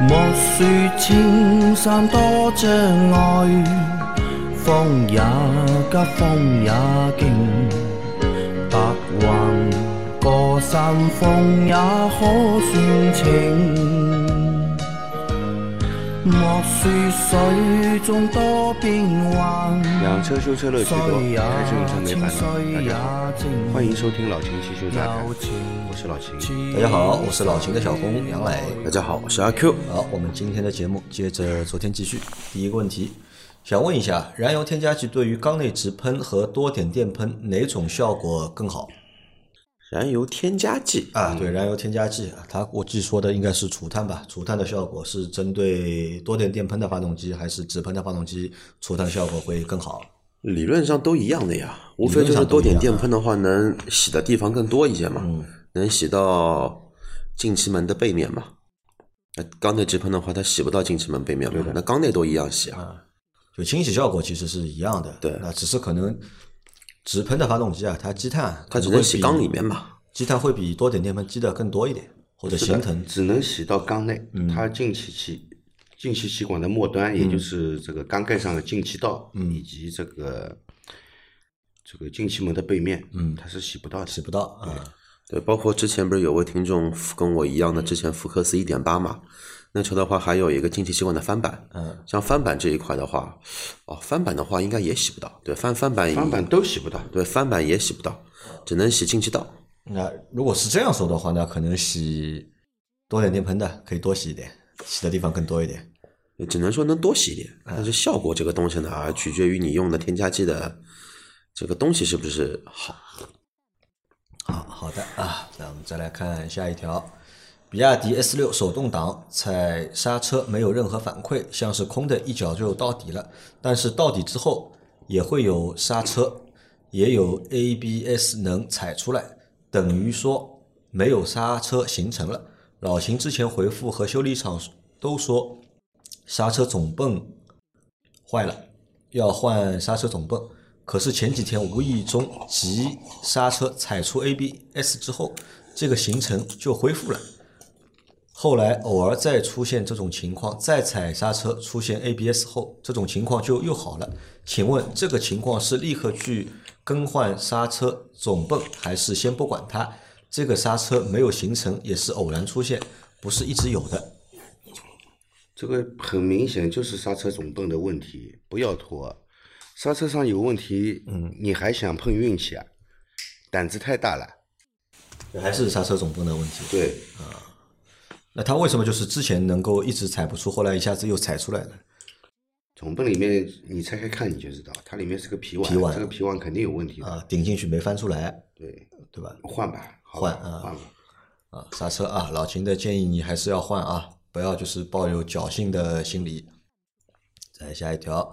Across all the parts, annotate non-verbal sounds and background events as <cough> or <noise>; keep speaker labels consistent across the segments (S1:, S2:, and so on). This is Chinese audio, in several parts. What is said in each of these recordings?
S1: 莫说青山多障礙，風也急，風也勁。白雲過山峰也可算情。莫說水中多變幻，
S2: 养车修车乐趣多，
S1: 啊
S2: 开车用车没烦恼。大家好，欢迎收听老秦汽修杂谈，我是老秦。
S3: 大家好，我是老秦的小红杨磊。
S4: 大家好，我是阿 Q。
S3: 好，我们今天的节目接着昨天继续。第一个问题，想问一下，燃油添加剂对于缸内直喷和多点电喷哪种效果更好
S4: 燃油添加剂
S3: 啊？对，燃油添加剂啊，它我记说的应该是除碳吧？除碳的效果是针对多点电喷的发动机还是直喷的发动机除碳效果会更好？
S4: 理论上都一样的呀，无
S3: 理论
S4: 非就是
S3: 上
S4: 多
S3: 都一样
S4: 点
S3: 啊
S4: 电喷的话，能洗的地方更多一些嘛，能洗到进气门的背面嘛。那缸内直喷的话，它洗不到进气门背面嘛，那缸内都一样洗啊。
S3: 就清洗效果其实是一样的，
S4: 对
S3: 那只是可能直喷的发动机啊，它积碳
S4: 它只
S3: 可
S4: 能
S3: 会
S4: 洗
S3: 比
S4: 缸里面嘛。
S3: 积碳会比多点电喷积的更多一点，或者形成
S2: 只能洗到缸内，
S3: 嗯
S2: 它进气气进气气管的末端，也就是这个缸盖上的进气道，
S3: 嗯
S2: 以及这个这个进气门的背面，嗯，它是洗不到的。
S3: 洗不到啊。
S4: 对，包括之前不是有位听众跟我一样的，之前福克斯一点八嘛，那车的话还有一个进气气管的翻板，
S3: 嗯，
S4: 像翻板这一块的话，哦，翻板的话应该也洗不到，对，翻翻板
S2: 翻板都洗不到，
S4: 对翻板也洗不到，只能洗进气道。
S3: 那如果是这样说的话，那可能洗多点电喷的可以多洗一点，洗的地方更多一点。
S4: 只能说能多洗一点，
S3: 嗯
S4: 但是效果这个东西呢，啊取决于你用的添加剂的这个东西是不是好。
S3: 好好的啊，那我们再来看下一条，比亚迪 S 六手动挡踩刹车没有任何反馈，像是空的一脚就到底了，但是到底之后也会有刹车，也有 ABS 能踩出来，等于说没有刹车形成了。老秦之前回复和修理厂都说刹车总泵坏了，要换刹车总泵。可是前几天无意中急刹车踩出 ABS 之后，这个行程就恢复了。后来偶尔再出现这种情况，再踩刹车出现 ABS 后，这种情况就又好了。请问这个情况是立刻去更换刹车总泵，还是先不管它？这个刹车没有形成也是偶然出现，不是一直有的。
S2: 这个很明显就是刹车总泵的问题，不要拖。刹车上有问题，嗯，你还想碰运气啊？胆子太大了。
S3: 还是刹车总泵的问题。
S2: 对，
S3: 那它为什么就是之前能够一直踩不出，后来一下子又踩出来了？
S2: 总泵里面你拆开看你就知道，它里面是个皮碗，
S3: 皮碗
S2: 这个皮碗肯定有问题的。
S3: 啊，顶进去没翻出来，
S2: 对，
S3: 对吧？
S2: 换吧，好吧
S3: 换啊
S2: 换吧。
S3: 啊，刹车啊，老秦的建议你还是要换啊，不要就是抱有侥幸的心理。再下一条，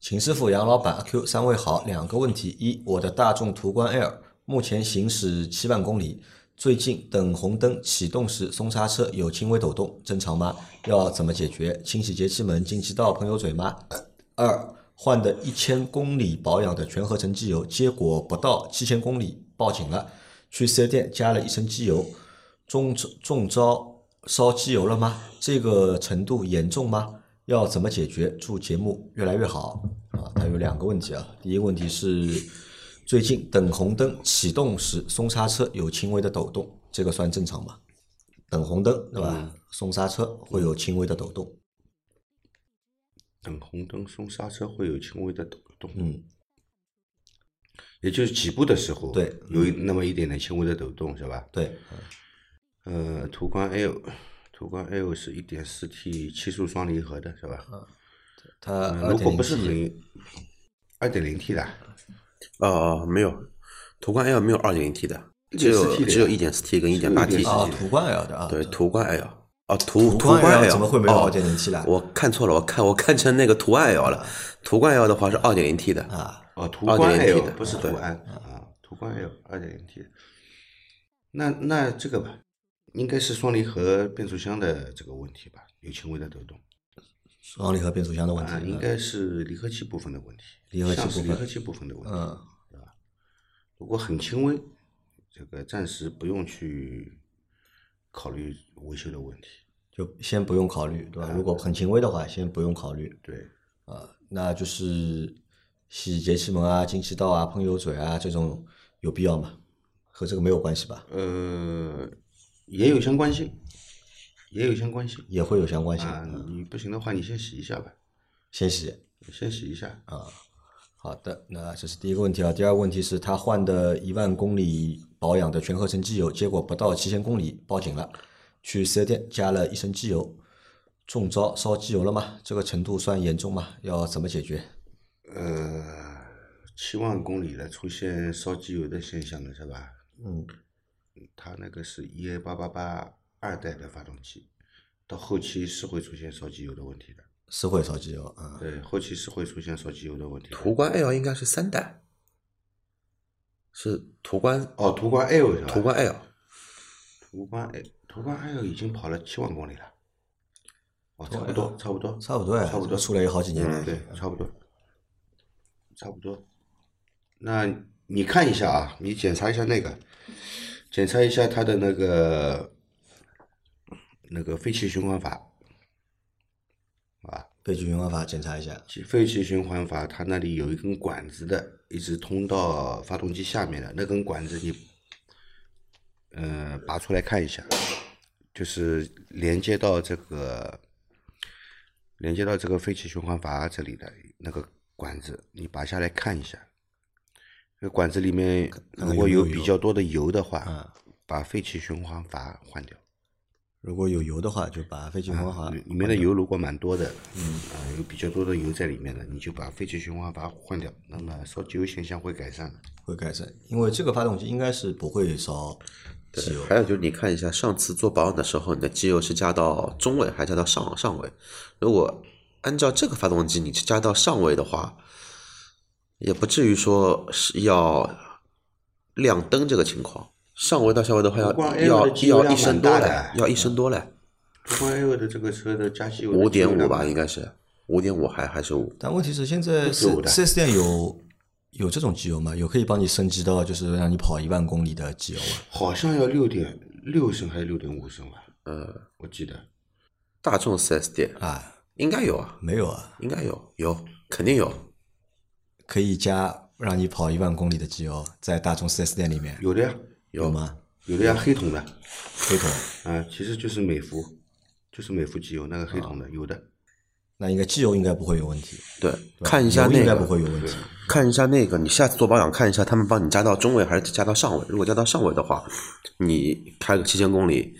S3: 秦师傅、杨老板、阿 Q 三位好，两个问题：一，我的大众途观 L 目前行驶七万公里，最近等红灯启动时松刹车有轻微抖动，正常吗？要怎么解决？清洗节气门、进气道、喷油嘴吗？二，换的一千公里保养的全合成机油，结果不到七千公里报警了，去四 S 店加了一升机油，中中招烧机油了吗？这个程度严重吗？要怎么解决？祝节目越来越好啊！它有两个问题啊，第一个问题是最近等红灯启动时松刹车有轻微的抖动，这个算正常吗？等红灯对吧？松刹车会有轻微的抖动，
S2: 等红灯松刹车会有轻微的抖动，
S3: 嗯，
S2: 也就是起步的时候，
S3: 对
S2: 有一那么一点点轻微的抖动，是吧？
S3: 对，
S2: 呃，途观 L，途观 L 是一点四 T 七速双离合的，是吧？
S3: 它
S2: 呃
S3: 2.0
S2: 如果不是
S3: T
S2: 很二点零 T 的，
S4: 哦哦，没有，途观 L 没有二点零 T 的，只有
S2: 1.4T 的呀
S4: 只有一点四 T 跟一点八 T
S2: 1.4T。
S3: 啊，途观 L 的啊，
S4: 对，途观 L 啊，途
S3: 途
S4: 途
S3: 观
S4: 观
S3: L
S4: L
S3: 怎么会没有
S4: 哦
S3: 2.0T 啦
S4: 我看错了，我看我看成那个途观 L 了，途观 L 的话是二点零 T 的。
S3: 啊，
S2: 哦，途观
S4: 2.0T
S2: L
S4: 的
S2: 不是途
S4: 对
S2: 安啊，途观 L 二点零 T 的。那那这个吧，应该是双离合变速箱的这个问题吧，有轻微的抖动
S3: 双离合变速箱的问题
S2: 啊，，应该是离合器部分的问题，
S3: 离合器
S2: 像是
S3: 部
S2: 离
S3: 分
S2: 合器部分的问题。
S3: 嗯，
S2: 如果很轻微，这个暂时不用去考虑维修的问题，
S3: 就先不用考虑，对
S2: 啊
S3: 吧？如果很轻微的话，先不用考虑
S2: 对，
S3: 啊。那就是洗节气门啊、进气道啊、喷油嘴啊这种有必要吗？和这个没有关系吧？
S2: 呃，也有相关性，也有相关性
S3: 也会有相关性，嗯
S2: 啊。你不行的话，你先洗一下吧，
S3: 先洗。
S2: 先洗一下。
S3: 好的，那这是第一个问题啊。第二个问题是他换的一万公里保养的全合成机油，结果不到七千公里报警了，去四 S 店加了一升机油，中招烧机油了吗？这个程度算严重吗？要怎么解决？
S2: 呃，七万公里了，出现烧机油的现象了，是吧？
S3: 嗯，
S2: 它那个是 EA 八八八二代的发动机，到后期是会出现烧机油的问题的。
S3: 是会烧机油啊。
S2: 对，后期是会出现烧机油的问题的。
S4: 途观 L 应该是三代，是途观
S2: 哦，途观 L 是吧？
S4: 途观 L，
S2: 途观 L，途观 L 已经跑了七万公里了。哦，差不多，差不多，
S3: 差不多呀，
S2: 差不多嗯
S3: 出来有好几年了。
S2: 对，差不多，差不多。那你看一下啊，你检查一下那个，检查一下它的那个那个废气循环法，
S3: 废气循环法检查一下，
S2: 其废气循环法，它那里有一根管子的，一直通到发动机下面的那根管子你，呃，拔出来看一下，就是连接到这个连接到这个废气循环阀这里的那个管子，你拔下来看一下。这个管子里面
S3: 看
S2: 如
S3: 看
S2: 果
S3: 有没有
S2: 比
S3: 油啊
S2: 较多的油的话，把废气循环阀换掉。
S3: 如果有油的话，就把废气循环法
S2: 里里面的油如果蛮多的，嗯，啊、有比较多的油在里面的，你就把废气循环阀换掉，那么烧机油现象会改善的。
S3: 会改善，因为这个发动机应该是不会烧机油。
S4: 还有就是你看一下上次做保养的时候，你的机油是加到中位还是加到上上位？如果按照这个发动机，你是加到上位的话，也不至于说是要亮灯这个情况。上位到下位的话要
S2: 不光 L
S4: 要
S2: 的机油
S4: 要
S2: 量
S4: 一升多
S2: 蛮大
S4: 嘞，
S2: 的
S4: 要一升多嘞，
S2: 途观 L 的这个车的加机油的
S4: 五点
S2: 机油
S4: 五
S2: 量
S4: 吧，应该是五点五还还是五。
S3: 但问题是，现在
S2: 是
S3: 四
S2: 有的
S3: 四 S 店有有这种机油吗？有可以帮你升级到就是让你跑一万公里的机油吗？
S2: 好像要六点六升还是六点五升吧？呃，我记得
S4: 大众 4S 店
S3: 啊，
S4: 应该有啊，
S3: 没有啊，
S4: 应该有，有肯定有。
S3: 可以加让你跑一万公里的机油，在大众四 S 店里面
S2: 有的呀，
S3: 有吗？
S2: 有的呀，黑桶的，
S3: 黑桶，
S2: 啊，其实就是美孚，就是美孚机油那个黑桶的，有的。
S3: 那应该机油应该不会有问题，
S4: 对，看一下
S3: 油
S4: 那
S3: 应该
S4: 个，
S3: 不会有问题。
S4: 看一下那个，你下次做保养看一下，他们帮你加到中位还是加到上位？如果加到上位的话，你开个七千公里，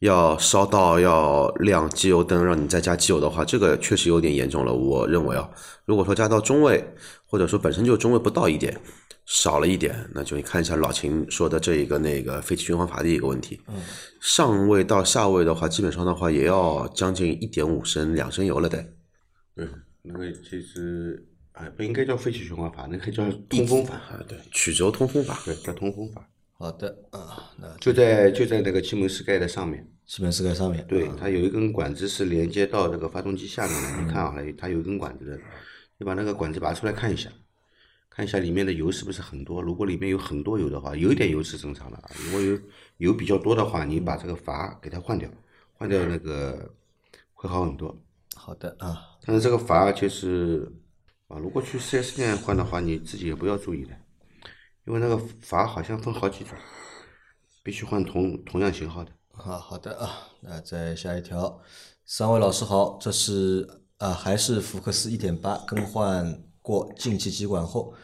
S4: 要烧到要亮机油灯，让你再加机油的话，这个确实有点严重了。我认为啊，如果说加到中位，或者说本身就中位不到一点，少了一点，那就你看一下老秦说的这一个那个废气循环阀的一个问
S2: 嗯
S4: 题。上位到下位的话，基本上的话也要将近一点五升、两升油了得。
S2: 对，那个其实哎，不应该叫废气循环阀，那个叫通风阀，
S4: 啊，对，曲轴通风法。
S2: 对，叫通风阀，
S3: 好的啊，那
S2: 就在就在那个气门室盖的上面。
S3: 基本是在上面。
S2: 对，它有一根管子是连接到这个发动机下面的。你看啊，它有一根管子的，你把那个管子拔出来看一下，看一下里面的油是不是很多。如果里面有很多油的话，有一点油是正常的啊。如果有油比较多的话，你把这个阀给它换掉，换掉那个会好很多。
S3: 好的啊，
S2: 但是这个阀就是啊，如果去 4S 店换的话，你自己也不要注意的，因为那个阀好像分好几种，必须换同同样型号的。
S3: 好好的啊，那再下一条，三位老师好，这是啊还是福克斯一点八更换过进气机管后，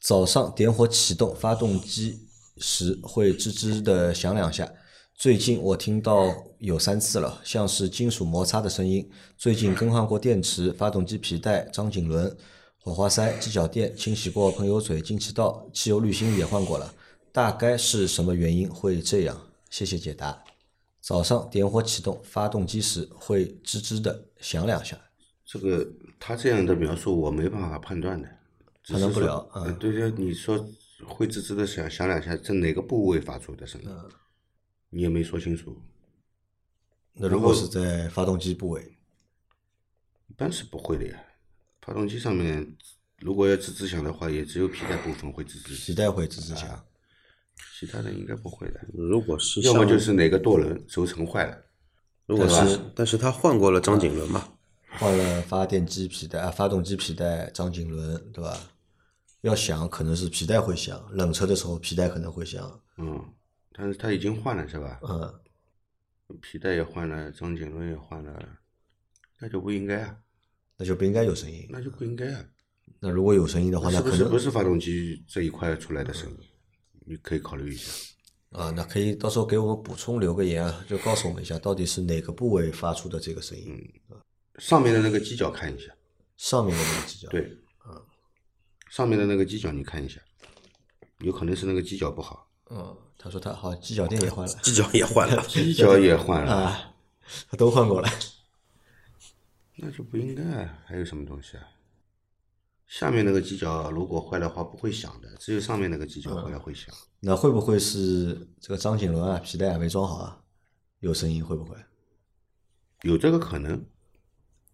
S3: 早上点火启动发动机时会吱吱的响两下。最近我听到有三次了，像是金属摩擦的声音。最近更换过电池、发动机皮带、张紧轮、火花塞、机脚垫，清洗过喷油嘴、进气道，汽油滤芯也换过了。大概是什么原因会这样？谢谢解答。早上点火启动发动机时会吱吱的响两下，
S2: 这个他这样的描述我没办法判断的，只
S3: 判断
S2: 是
S3: 不
S2: 说
S3: 了
S2: 呃
S3: 嗯
S2: 对对，你说会吱吱的响响两下，这哪个部位发出的声音？
S3: 嗯
S2: 你也没说清楚，
S3: 那如果是在发动机部位，
S2: 一般是不会的呀。发动机上面如果要吱吱响的话，也只有皮带部分会吱吱
S3: 皮
S2: 响，
S3: 带会吱吱
S2: 啊
S3: 响。
S2: 其他的应该不会的。
S4: 如果是
S2: 要么
S4: 上
S2: 就是哪个舵轮轴承坏了，
S4: 如果
S2: 对
S4: 是，但是他换过了张景伦
S3: <laughs>
S4: 嘛，
S3: 换了发电机皮带 <laughs> 啊，发动机皮带，张景伦对吧？要响可能是皮带会响，冷车的时候皮带可能会响，
S2: 嗯，但是他已经换了是吧？
S3: 嗯，
S2: 皮带也换了，张景伦也换了，那就不应该啊，
S3: 那就不应该有声音。
S2: 那就不应该啊。
S3: 那如果有声音的话，那
S2: 是不
S3: 可
S2: 是
S3: 能
S2: 不是发动机这一块出来的声音？你可以考虑一下。
S3: 啊，那可以到时候给我们补充留个言啊，就告诉我们一下到底是哪个部位发出的这个声音。
S2: 嗯上面的那个犄角看一下，
S3: 上面的那个犄角，，
S2: 对，
S3: 嗯
S2: 上面的那个犄角你看一下，有可能是那个犄角不好，，
S3: 嗯，他说他好犄角垫也换了
S4: 犄角也换了
S2: 犄角也换了，
S3: 啊，他都换过了。
S2: 那就不应该啊。还有什么东西啊？下面那个犄角如果坏了的话不会响的，只有上面那个犄角
S3: 嗯
S2: 坏了会响。
S3: 那会不会是这个张景伦啊，皮带还没装好啊，有声音会不会？
S2: 有这个可能，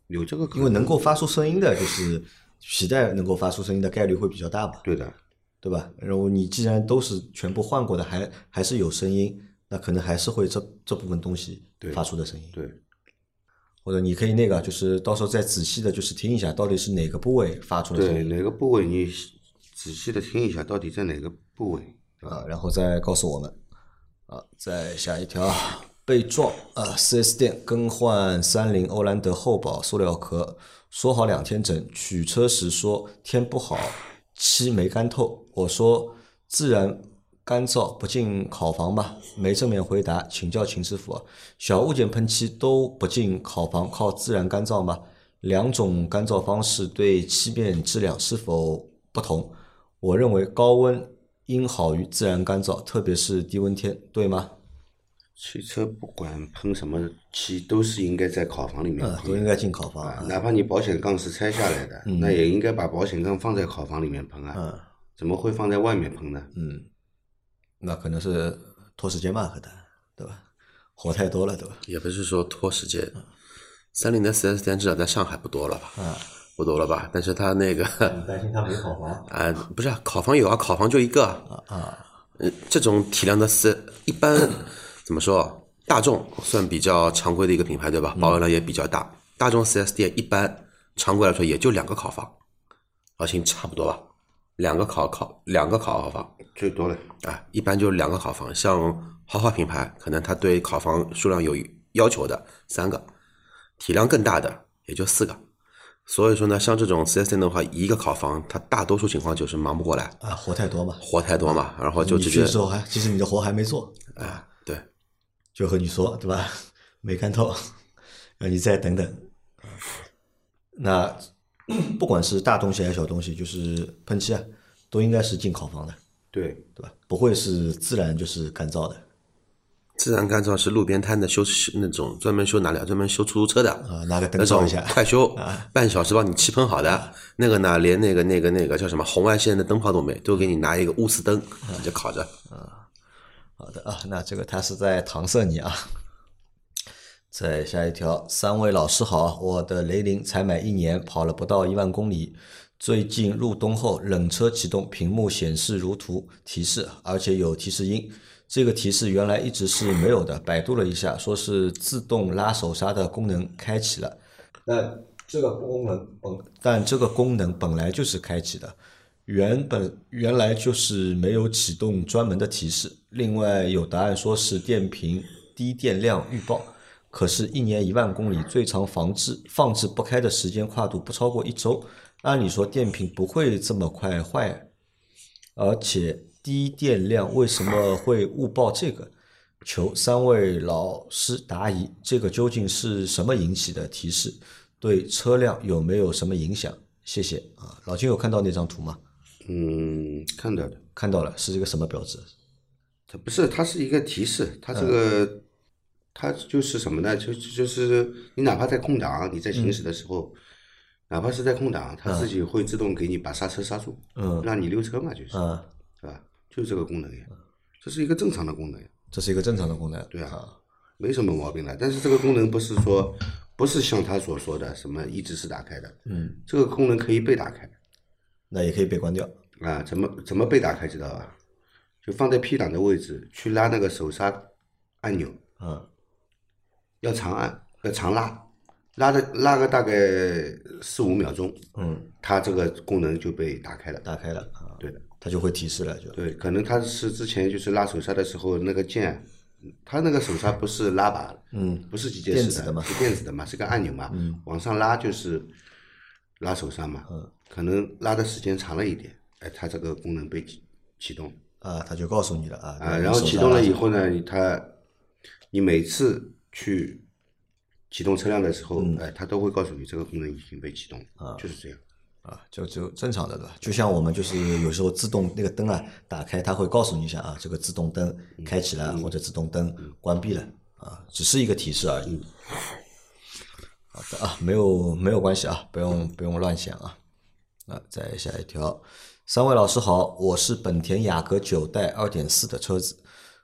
S2: 有这个可
S3: 因
S2: 能，
S3: 为能够发出声音的，就是皮带能够发出声音的概率会比较大嘛，
S2: 对的，
S3: 对吧？然后你既然都是全部换过的，还还是有声音，那可能还是会这这部分东西
S2: 对
S3: 发出的声音。
S2: 对，
S3: 或者你可以那个，就是到时候再仔细的，就是听一下，到底是哪个部位发出的声
S2: 对，
S3: 音
S2: 哪个部位你仔细的听一下，到底在哪个部位？
S3: 啊，然后再告诉我们。啊，再下一条啊，被撞啊，4 S 店更换三菱欧蓝德后保塑料壳，说好两天整，取车时说天不好，漆没干透，我说自然干燥不进烤房吧，没正面回答，请教秦师傅啊，小物件喷漆都不进烤房，靠自然干燥吗？两种干燥方式对漆面质量是否不同？我认为高温应好于自然干燥，特别是低温天，对吗？
S2: 汽车不管喷什么漆，都是应该在烤房里面
S3: 啊，
S2: 喷
S3: 都
S2: 的
S3: 应该进烤房
S2: 啊
S3: 啊，。
S2: 哪怕你保险杠是拆下来的，那也应该把保险杠放在烤房里面喷啊，
S3: 嗯
S2: 怎么会放在外面喷呢？
S3: 嗯，那可能是拖时间吧，可能对吧？活太多了，对吧？
S4: 也不是说拖时间。三菱的 4S 店至少在上海不多了吧？
S3: 嗯
S4: 不多了吧？但是他那个
S3: 担心他没烤房
S4: <laughs> 啊，不是啊，烤房有啊，烤房就一个啊。
S3: 啊？
S4: 呃，这种体量的四一般怎么说啊？大众算比较常规的一个品牌，对吧？
S3: 嗯
S4: 保有量也比较大。大众 4S 店一般常规来说也就两个烤房，而且差不多吧，两个烤烤两个烤房
S2: 最多了，
S4: 啊，一般就两个烤房。像豪华品牌，可能它对烤房数量有要求的三个，体量更大的也就四个。所以说呢，像这种 4S 店的话，一个烤房，它大多数情况就是忙不过来，
S3: 啊，活太多嘛，
S4: 活太多嘛，然后 <laughs> 就
S3: 你
S4: 直
S3: 去
S4: 接
S3: 的时候还，其实你的活还没做，
S4: 啊，对。
S3: 就和你说，对吧？没看透，让你再等等。那不管是大东西还是小东西，就是喷漆啊，都应该是进烤房的，
S2: 对，
S3: 对吧？不会是自然就是干燥的
S4: 自然干燥是路边摊的修那种专门修哪里啊？专门修出租车的
S3: 啊、拿个灯
S4: 那
S3: 照
S4: 种
S3: 一下，啊
S4: 快修，半小时帮你漆喷好的。那个呢，连那个那个那个叫什么红外线的灯泡都没，都给你拿一个钨丝灯直接烤着。
S3: 好的啊，那这个他是在搪塞你啊。 <laughs> 再下一条，三位老师好，啊我的雷凌才买一年，跑了不到一万公里，最近入冬后冷车启动，屏幕显示如图提示，而且有提示音。这个提示原来一直是没有的，百度了一下，说是自动拉手刹的功能开启了，但这个功能本但这个功能本来就是开启的，原本原来就是没有启动专门的提示。另外有答案说是电瓶低电量预报，可是，一年一万公里，最长防置放置不开的时间跨度不超过一周。按理说电瓶不会这么快坏，而且低电量为什么会误报这个？求三位老师答疑，这个究竟是什么引起的提示？对车辆有没有什么影响？谢谢啊，老金有看到那张图吗？
S2: 嗯，看到的，
S3: 看到了，是一个什么标志？
S2: 它不是，它是一个提示，它这
S3: 嗯
S2: 个，它就是什么呢？就就就是你哪怕在空档，你在
S3: 嗯
S2: 行驶的时候，哪怕是在空档，它自己会自动给你把刹车刹住，
S3: 嗯
S2: 让你溜车嘛，就是，
S3: 啊，
S2: 对吧？就是这个功能呀，这是一个正常的功能呀。
S3: 这是一个正常的功能。
S2: 对啊没什么毛病的。但是这个功能不是说，不是像他所说的什么一直是打开的，
S3: 嗯，
S2: 这个功能可以被打开
S3: 那也可以被关掉。
S2: 啊？怎么怎么被打开知道吧？就放在 P 档的位置去拉那个手刹按钮，
S3: 嗯，
S2: 要长按，要长拉，拉的拉个大概四五秒钟，
S3: 嗯，
S2: 它这个功能就被打开了。
S3: 打开了啊，
S2: 对的，
S3: 它就会提示了，就
S2: 对，可能他是之前就是拉手刹的时候那个键，他那个手刹不是拉把，嗯，不是机械
S3: 电
S2: 式
S3: 子的嘛嗯
S2: 是电子的嘛，是个按钮嘛，往上拉就是拉手刹嘛，可能拉的时间长了一点，哎，它这个功能被启启动
S3: 啊，它就告诉你了啊。
S2: 啊，然后启动了以，后呢，它你每次去启动车辆的时候，
S3: 嗯
S2: 哎，它都会告诉你这个功能已经被启动，就是这样。
S3: 啊，就就正常的对吧？就像我们就是有时候自动那个灯啊打开，它会告诉你一下啊，这个自动灯
S2: 嗯
S3: 开启了或者自动灯关闭了啊，只是一个提示而
S2: 嗯
S3: 已。好的啊，没有没有关系啊，不用不用乱想啊。那再下一条，三位老师好，我是本田雅阁九代二点四的车子，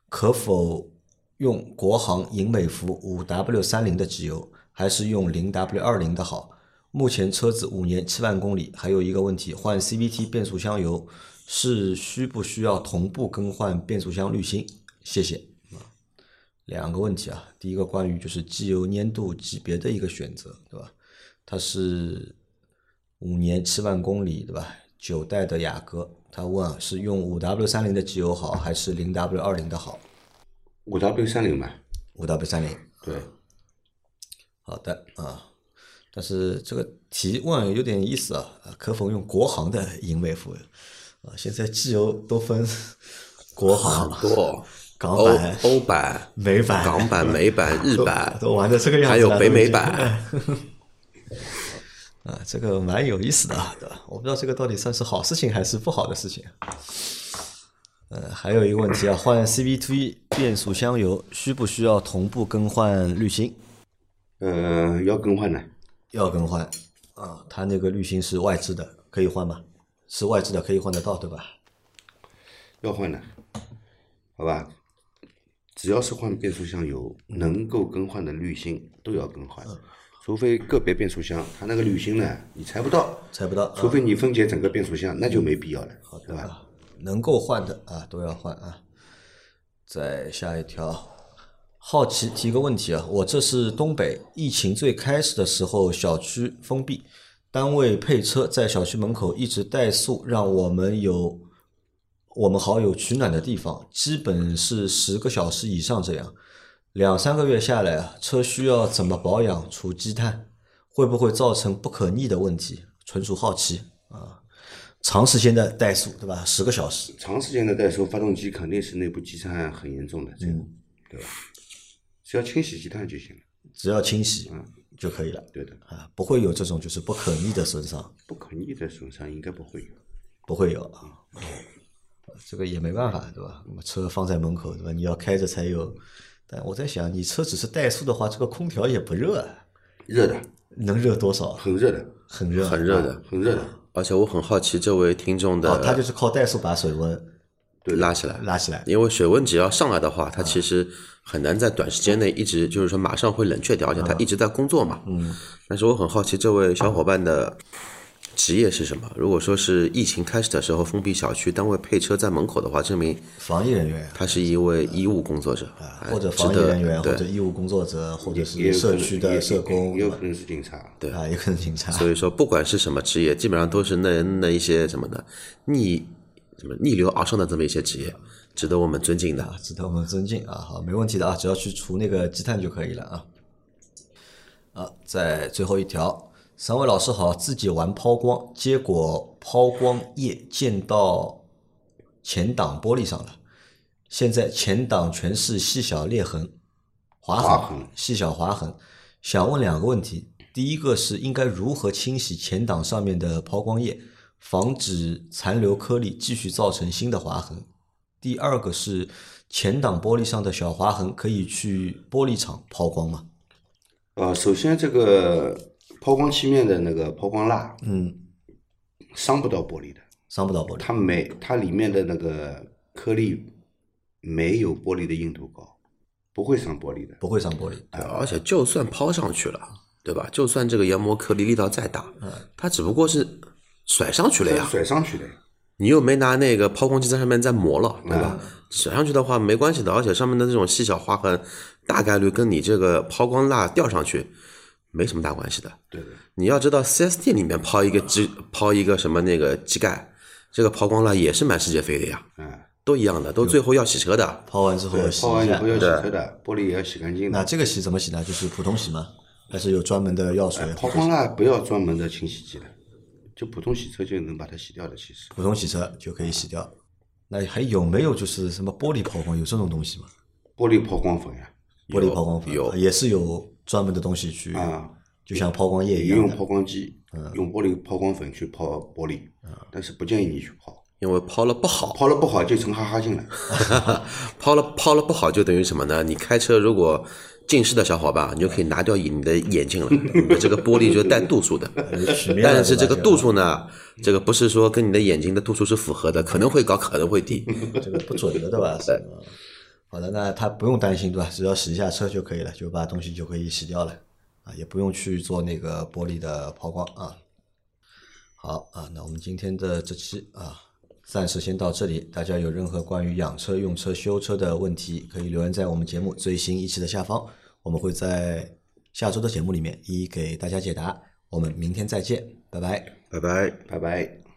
S3: 可否用国行银美孚五 W 三零的机油，还是用零 W 二零的好？目前车子五年七万公里，还有一个问题，换 CVT 变速箱油是需不需要同步更换变速箱滤芯？谢谢。两个问题啊，第一个关于就是机油粘度级别的一个选择，对吧？它是五年七万公里，对吧？九代的雅阁，他问啊，是用五 W 三零的机油好，还是零 W 二零的好？
S2: 五 W 三零
S3: 啊
S2: 嘛，
S3: 五 W 三零，
S2: 对，
S3: 好的啊，但是这个提问有点意思啊，啊可否用国行的银美孚？啊，现在机油都
S4: <laughs>
S3: 分国行、
S4: 多
S3: 港
S4: 欧
S3: 版、
S4: 欧版、
S3: 美版、
S4: 港版、美
S3: <laughs>
S4: 版、日
S3: 都
S4: 版，
S3: 都玩的这个样
S4: 还
S3: 子了，啊
S4: 有
S3: 都
S4: 北
S3: 已
S4: 美
S3: 经
S4: 版。
S3: <laughs> 啊，这个蛮有意思的啊，对吧？我不知道这个到底算是好事情还是不好的事情。啊呃，还有一个问题啊，换 CVT 变速箱油需不需要同步更换滤芯？
S2: 呃，要更换的。
S3: 要更换啊，它那个滤芯是外置的，可以换吗？是外置的，可以换得到，对吧？
S2: 要换的，好吧？只要是换变速箱油，能够更换的滤芯都要更
S3: 嗯
S2: 换，除非个别变速箱它那个滤芯呢你拆不到，
S3: 猜不到，啊
S2: 除非你分解整个变速箱，那就没必要了，
S3: 嗯
S2: 对吧？
S3: 能够换的啊都要换啊。再下一条，好奇提个问题啊，我这是东北，疫情最开始的时候小区封闭，单位配车在小区门口一直怠速，让我们有我们好友取暖的地方，基本是十个小时以上这样。两三个月下来啊，车需要怎么保养、除积碳，会不会造成不可逆的问题？纯属好奇啊。长时间的怠速，对吧？十个小时，
S2: 长时间的怠速，发动机肯定是内部积碳很严重的，这个、
S3: 嗯
S2: 对吧？只要清洗积碳就行了，
S3: 只要清洗嗯就可以了
S2: 对的，
S3: 啊，不会有这种就是不可逆的损伤，
S2: 不可逆的损伤应该不会有。
S3: 不会有啊。这个也没办法，对吧？那么车放在门口，对吧？你要开着才有。但我在想，你车只是怠速的话，这个空调也不热，啊，
S2: 热的，
S3: 能热多少？
S2: 很热的，啊
S3: 很热，啊
S4: 很热的，
S2: 很热的，
S4: 而且我很好奇这位听众
S3: 哦，它
S4: 的
S3: 就是靠怠速把水温
S4: 拉起来，
S3: 拉起来。嗯
S4: 因为水温只要上来的话，它其实很难在短时间内一直就是说马上会冷却掉，
S3: 嗯
S4: 而且它一直在工作嘛。嗯。但是我很好奇这位小伙伴的职业是什么？如果说是疫情开始的时候封闭小区，单位配车在门口的话，证明
S3: 防疫人员
S4: 他是一位医务工作者，哎
S3: 啊或者
S4: 值
S3: 防疫
S4: 得
S3: 人员，或
S4: 对
S3: 者医务工作者，或者
S2: 也
S3: 是
S2: 有可
S3: 社
S2: 能
S3: 区的社工，
S2: 也有可能是警察，
S3: 对吧啊，也可能警察。
S4: 所以说，不管是什么职业，基本上都是那那一些什么的逆什么逆流而上的这么一些职业，值得我们尊敬的
S3: 啊。值得我们尊敬啊！好，没问题的啊，只要去除那个积碳就可以了啊。啊，在最后一条，三位老师好，自己玩抛光，结果抛光液溅到前挡玻璃上了，现在前挡全是细小裂痕、划痕、
S2: 划痕
S3: 细小划痕。想问两个问题，第一个是应该如何清洗前挡上面的抛光液，防止残留颗粒继续造成新的划痕？第二个是前挡玻璃上的小划痕可以去玻璃厂抛光吗？
S2: 呃，首先这个抛光漆面的那个抛光蜡
S3: 嗯，
S2: 伤不到玻璃的，
S3: 伤不到玻璃。
S2: 它没它里面的那个颗粒没有玻璃的硬度高，不会伤玻璃的。
S3: 不会伤玻璃，
S4: 对而且就算抛上去了，对吧？就嗯
S3: 啊
S4: 算这个研磨颗粒力道再大，它只不过是甩上去了呀，
S2: 甩上去的，
S4: 你又没拿那个抛光机在上面再磨了，对吧？甩上去的话没关系的，而且上面的这种细小划痕，大概率跟你这个抛光蜡掉上去没什么大关系的。
S2: 对的，
S4: 你要知道，4S 店里面抛一个机，抛一个什么那个机盖，这个抛光蜡也是满世界飞的呀，
S2: 嗯，
S4: 都一样的，都最后要洗车的。
S3: 抛完之后要洗
S2: 泡完
S3: 一
S2: 以
S3: 下
S2: 后。要洗车的，玻璃也要洗干净
S3: 那
S2: 的。
S3: 这个洗怎么洗呢？就是普通洗吗？还是有专门的药水？
S2: 哎抛光蜡不要专门的清洗剂的，就普通洗车就能把它洗掉的。其实
S3: 普通洗车就可以洗掉。那还有没有就是什么玻璃抛光有这种东西吗？
S2: 玻璃抛光粉呀，
S3: 玻璃抛光粉
S4: 有
S3: 也是有专门的东西去，
S2: 啊，
S3: 就像抛光液一
S2: 也
S3: 样
S2: 用
S3: 的。嗯
S2: 抛光机，用玻璃抛光粉去抛玻璃，但是不建议你去抛，
S4: 因为抛了不好，
S2: 抛了不好就成哈哈镜了。
S4: 抛了抛了不好就等于什么呢？你开车如果近视的小伙伴，你就可以拿掉你的眼镜了，你的这个玻璃就带度数的。
S3: 有曲面的
S4: 但是这
S3: 对吧
S4: 个度数呢，这个不是说跟你的眼睛的度数是符合的，可能会高，可能会低。
S3: <laughs> 这个不准的，对吧？是吧好的，那他不用担心，对吧？只要洗一下车就可以了，就把东西就可以洗掉了啊，也不用去做那个玻璃的抛光啊。好啊，那我们今天的这期啊，暂时先到这里。大家有任何关于养车、用车、修车的问题，可以留言在我们节目最新一期的下方，我们会在下周的节目里面一一给大家解答。我们明天再见，拜拜。
S4: 拜拜。
S2: 拜拜。